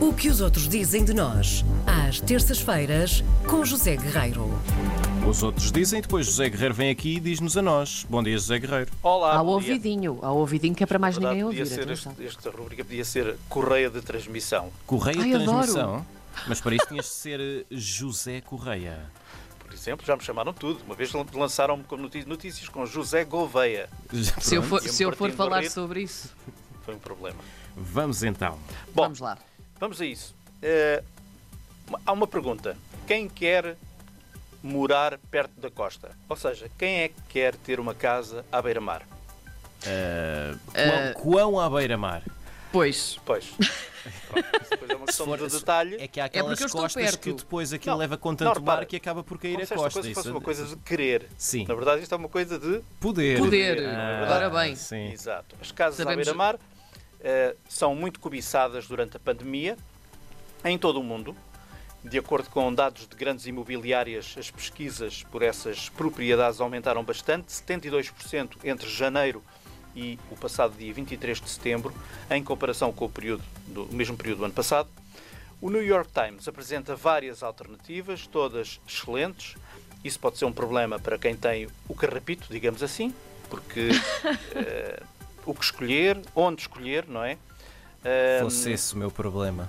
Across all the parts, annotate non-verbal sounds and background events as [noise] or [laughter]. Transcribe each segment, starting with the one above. O que os outros dizem de nós, às terças-feiras, com José Guerreiro. Os outros dizem, depois José Guerreiro vem aqui e diz-nos a nós. Bom dia, José Guerreiro. Olá, Ao bom dia. ouvidinho, ao ouvidinho que é para mais Na verdade, ninguém ouvir. podia ser atenção. este- esta rubrica podia ser correia de transmissão. Correia Ai, de transmissão. adoro. Mas para isso tinhas de ser eh, José Correia. Por exemplo, já me chamaram tudo. Uma vez lan- lançaram-me com noti- notícias com José Gouveia. Se eu for, Ia-me se eu for partindo a falar rir. sobre isso, Foi um problema. Vamos então. Bom, vamos lá. vamos a isso. Eh, uma- há uma pergunta. Quem quer morar perto da costa? Ou seja, quem é que quer ter uma casa à beira-mar? Eh, Quão, quão à beira-mar? Pois, [laughs] Pois. Pronto, isso depois é uma questão For- de detalhe. É que há aquelas porque eu estou costas que perto. depois aquilo Não, leva com não, tanto mar repara. que acaba por cair Como a se esta costa. coisa é Isso- fosse é uma coisa de querer. Sim. Na verdade, isto é uma coisa de Poder. poder. Ah, Ora bem, Sim. Exato. As casas à Sabemos- beira-mar eh, são muito cobiçadas durante a pandemia em todo o mundo. De acordo com dados de grandes imobiliárias, as pesquisas por essas propriedades aumentaram bastante, 72% entre janeiro e o passado dia 23 de setembro, em comparação com o período do o mesmo período do ano passado. O New York Times apresenta várias alternativas, todas excelentes. Isso pode ser um problema para quem tem o carrapito, digamos assim, porque eh, o que escolher, onde escolher, não é? Eh, Fosse esse o meu problema.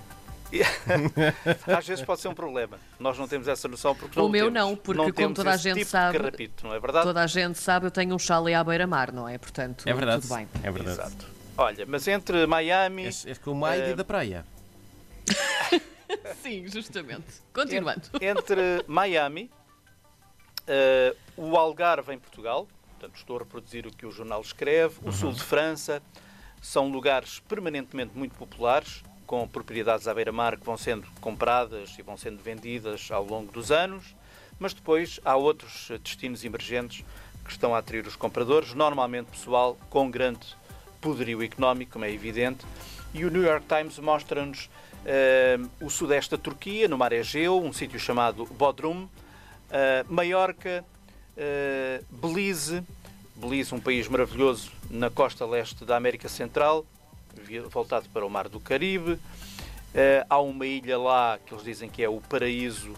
às vezes pode ser um problema. Nós não temos essa noção porque O não meu temos. não, porque como temos toda a esse gente tipo de sabe, carrapito, não é verdade? toda a gente sabe, eu tenho um chalé à beira-mar, não é? Portanto, É verdade. tudo bem. É verdade. Exato. Eh, Olha, mas entre Miami, És, és como a Heidi da praia. [laughs] Sim, justamente. Continuando. entre Miami, eh, o Algarve em Portugal, portanto estou a reproduzir o que o jornal escreve, o sul de França, são lugares permanentemente muito populares, com propriedades à beira-mar que vão sendo compradas e vão sendo vendidas ao longo dos anos, mas depois há outros eh, destinos emergentes que estão a atrair os compradores, normalmente pessoal com grande poderio económico, como é evidente, e o New York Times mostra-nos eh, o sudeste da Turquia, no mar Egeu, um sítio chamado Bodrum, eh, Maiorca, eh, Belize, Belize, um país maravilhoso na costa leste da América Central, vi- voltado para o mar do Caribe. Eh, há uma ilha lá que eles dizem que é o paraíso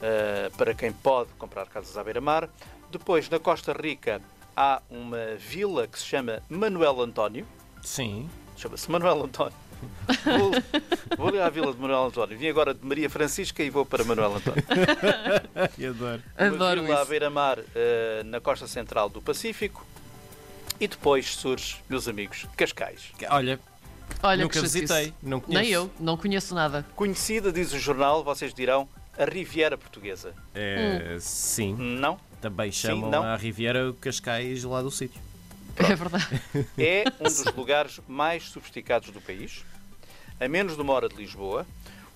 eh, para quem pode comprar casas à beira-mar. Depois, na Costa Rica, há uma vila que se chama Manuel António, [laughs] Sim. Chama-se Manuel António. Vou, vou ali à vila de Manuel António. Vim agora de Maria Francisca e vou para Manuel António. Adoro. Adoro Uma vila à isso. beira-mar eh, na costa central do Pacífico. E depois surge, meus amigos, Cascais. Olha, Olha nunca que chatice. visitei, não conheço. Nem eu, não conheço nada. Conhecida, diz o jornal, vocês dirão, a Riviera Portuguesa. É, Hum. Sim. Não? Também chamam não. à Riviera Cascais lá do sítio. É verdade. É um [laughs] dos lugares mais sofisticados do país, a menos de uma hora de Lisboa.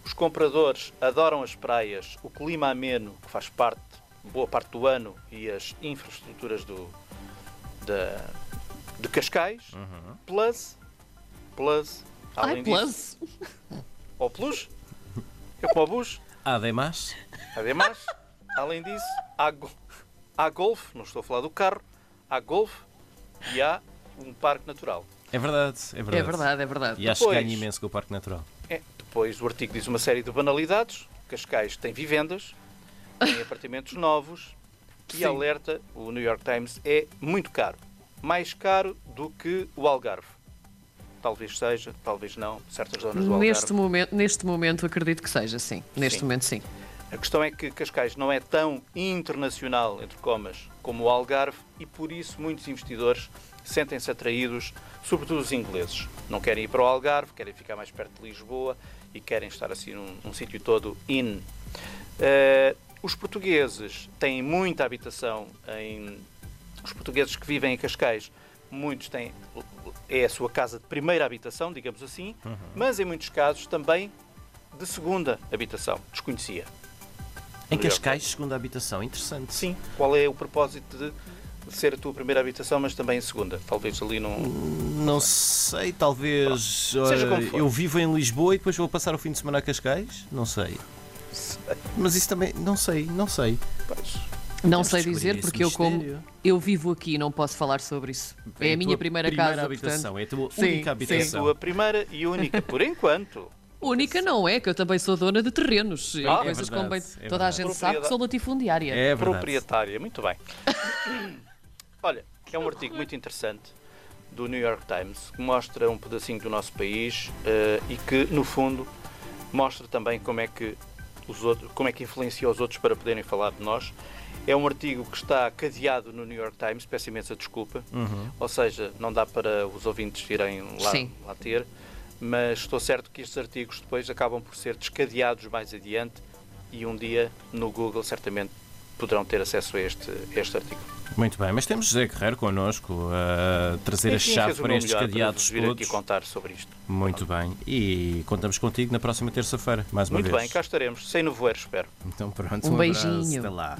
Os compradores adoram as praias, o clima ameno, que faz parte, boa parte do ano, e as infraestruturas do, da, de Cascais. Plus, plus, além Uhum. Ai, disso, plus. ou plus, é como o bus, Ademais, Ademais, além disso, há, go- há golfe, não estou a falar do carro, há golfe e há um parque natural. é verdade, é verdade. É verdade, é verdade. E acho que Depois. ganha imenso com o Parque Natural. É, depois o artigo diz uma série de banalidades. Cascais tem vivendas, [laughs] tem apartamentos novos e Sim. alerta, o New York Times, é muito caro. Mais caro do que o Algarve. Talvez seja, talvez não, certas zonas do Algarve. Neste momento, neste momento acredito que seja, sim. Neste Sim. momento, sim. A questão é que Cascais não é tão internacional, entre comas, como o Algarve e por isso muitos investidores sentem-se atraídos, sobretudo os ingleses. Não querem ir para o Algarve, querem ficar mais perto de Lisboa e querem estar assim num, num sítio todo in. Eh, os portugueses têm muita habitação em. Os portugueses que vivem em Cascais, muitos têm. É a sua casa de primeira habitação, digamos assim, mas em muitos casos também de segunda habitação. Desconhecia. Em Obrigado. Cascais, segunda habitação, interessante. Sim. Qual é o propósito de ser a tua primeira habitação, mas também a segunda? Talvez ali não. Não sei, talvez. Seja ora, como for. eu vivo em Lisboa e depois vou passar o fim de semana a Cascais? Não sei. Mas isso também. Não sei, não sei. Pois, Não Temos sei de descobrir dizer esse porque eu como mistério. eu vivo aqui e não posso falar sobre isso. É a minha tua primeira, primeira casa, habitação, portanto. é a tua Sim, única sim. é a habitação. tua primeira e única, por enquanto. Única não é, que eu também sou dona de terrenos. e Ah, é coisas que verdade, convém. é Toda a verdade. gente sabe que sou latifundiária. É verdade. proprietária. Muito bem. Olha, é um artigo muito interessante do New York Times que mostra um pedacinho do nosso país eh, e que, no fundo, mostra também como é que os outros, como é que influencia os outros para poderem falar de nós. É um artigo que está cadeado no New York Times, peço imensa desculpa. Ou seja, não dá para os ouvintes irem lá, Sim. lá ter, mas estou certo que estes artigos depois acabam por ser descadeados mais adiante e um dia no Google certamente poderão ter acesso a este, a este artigo. Muito bem, mas temos José Guerreiro connosco a trazer a Enfim, chave fez o para meu estes melhor para cadeados vos vir aqui todos. contar sobre isto. Muito bem. E contamos contigo na próxima terça-feira, mais uma Muito vez. bem, cá estaremos, sem nevoeiro, espero. Então pronto, Um um, abraço, beijinho. até lá.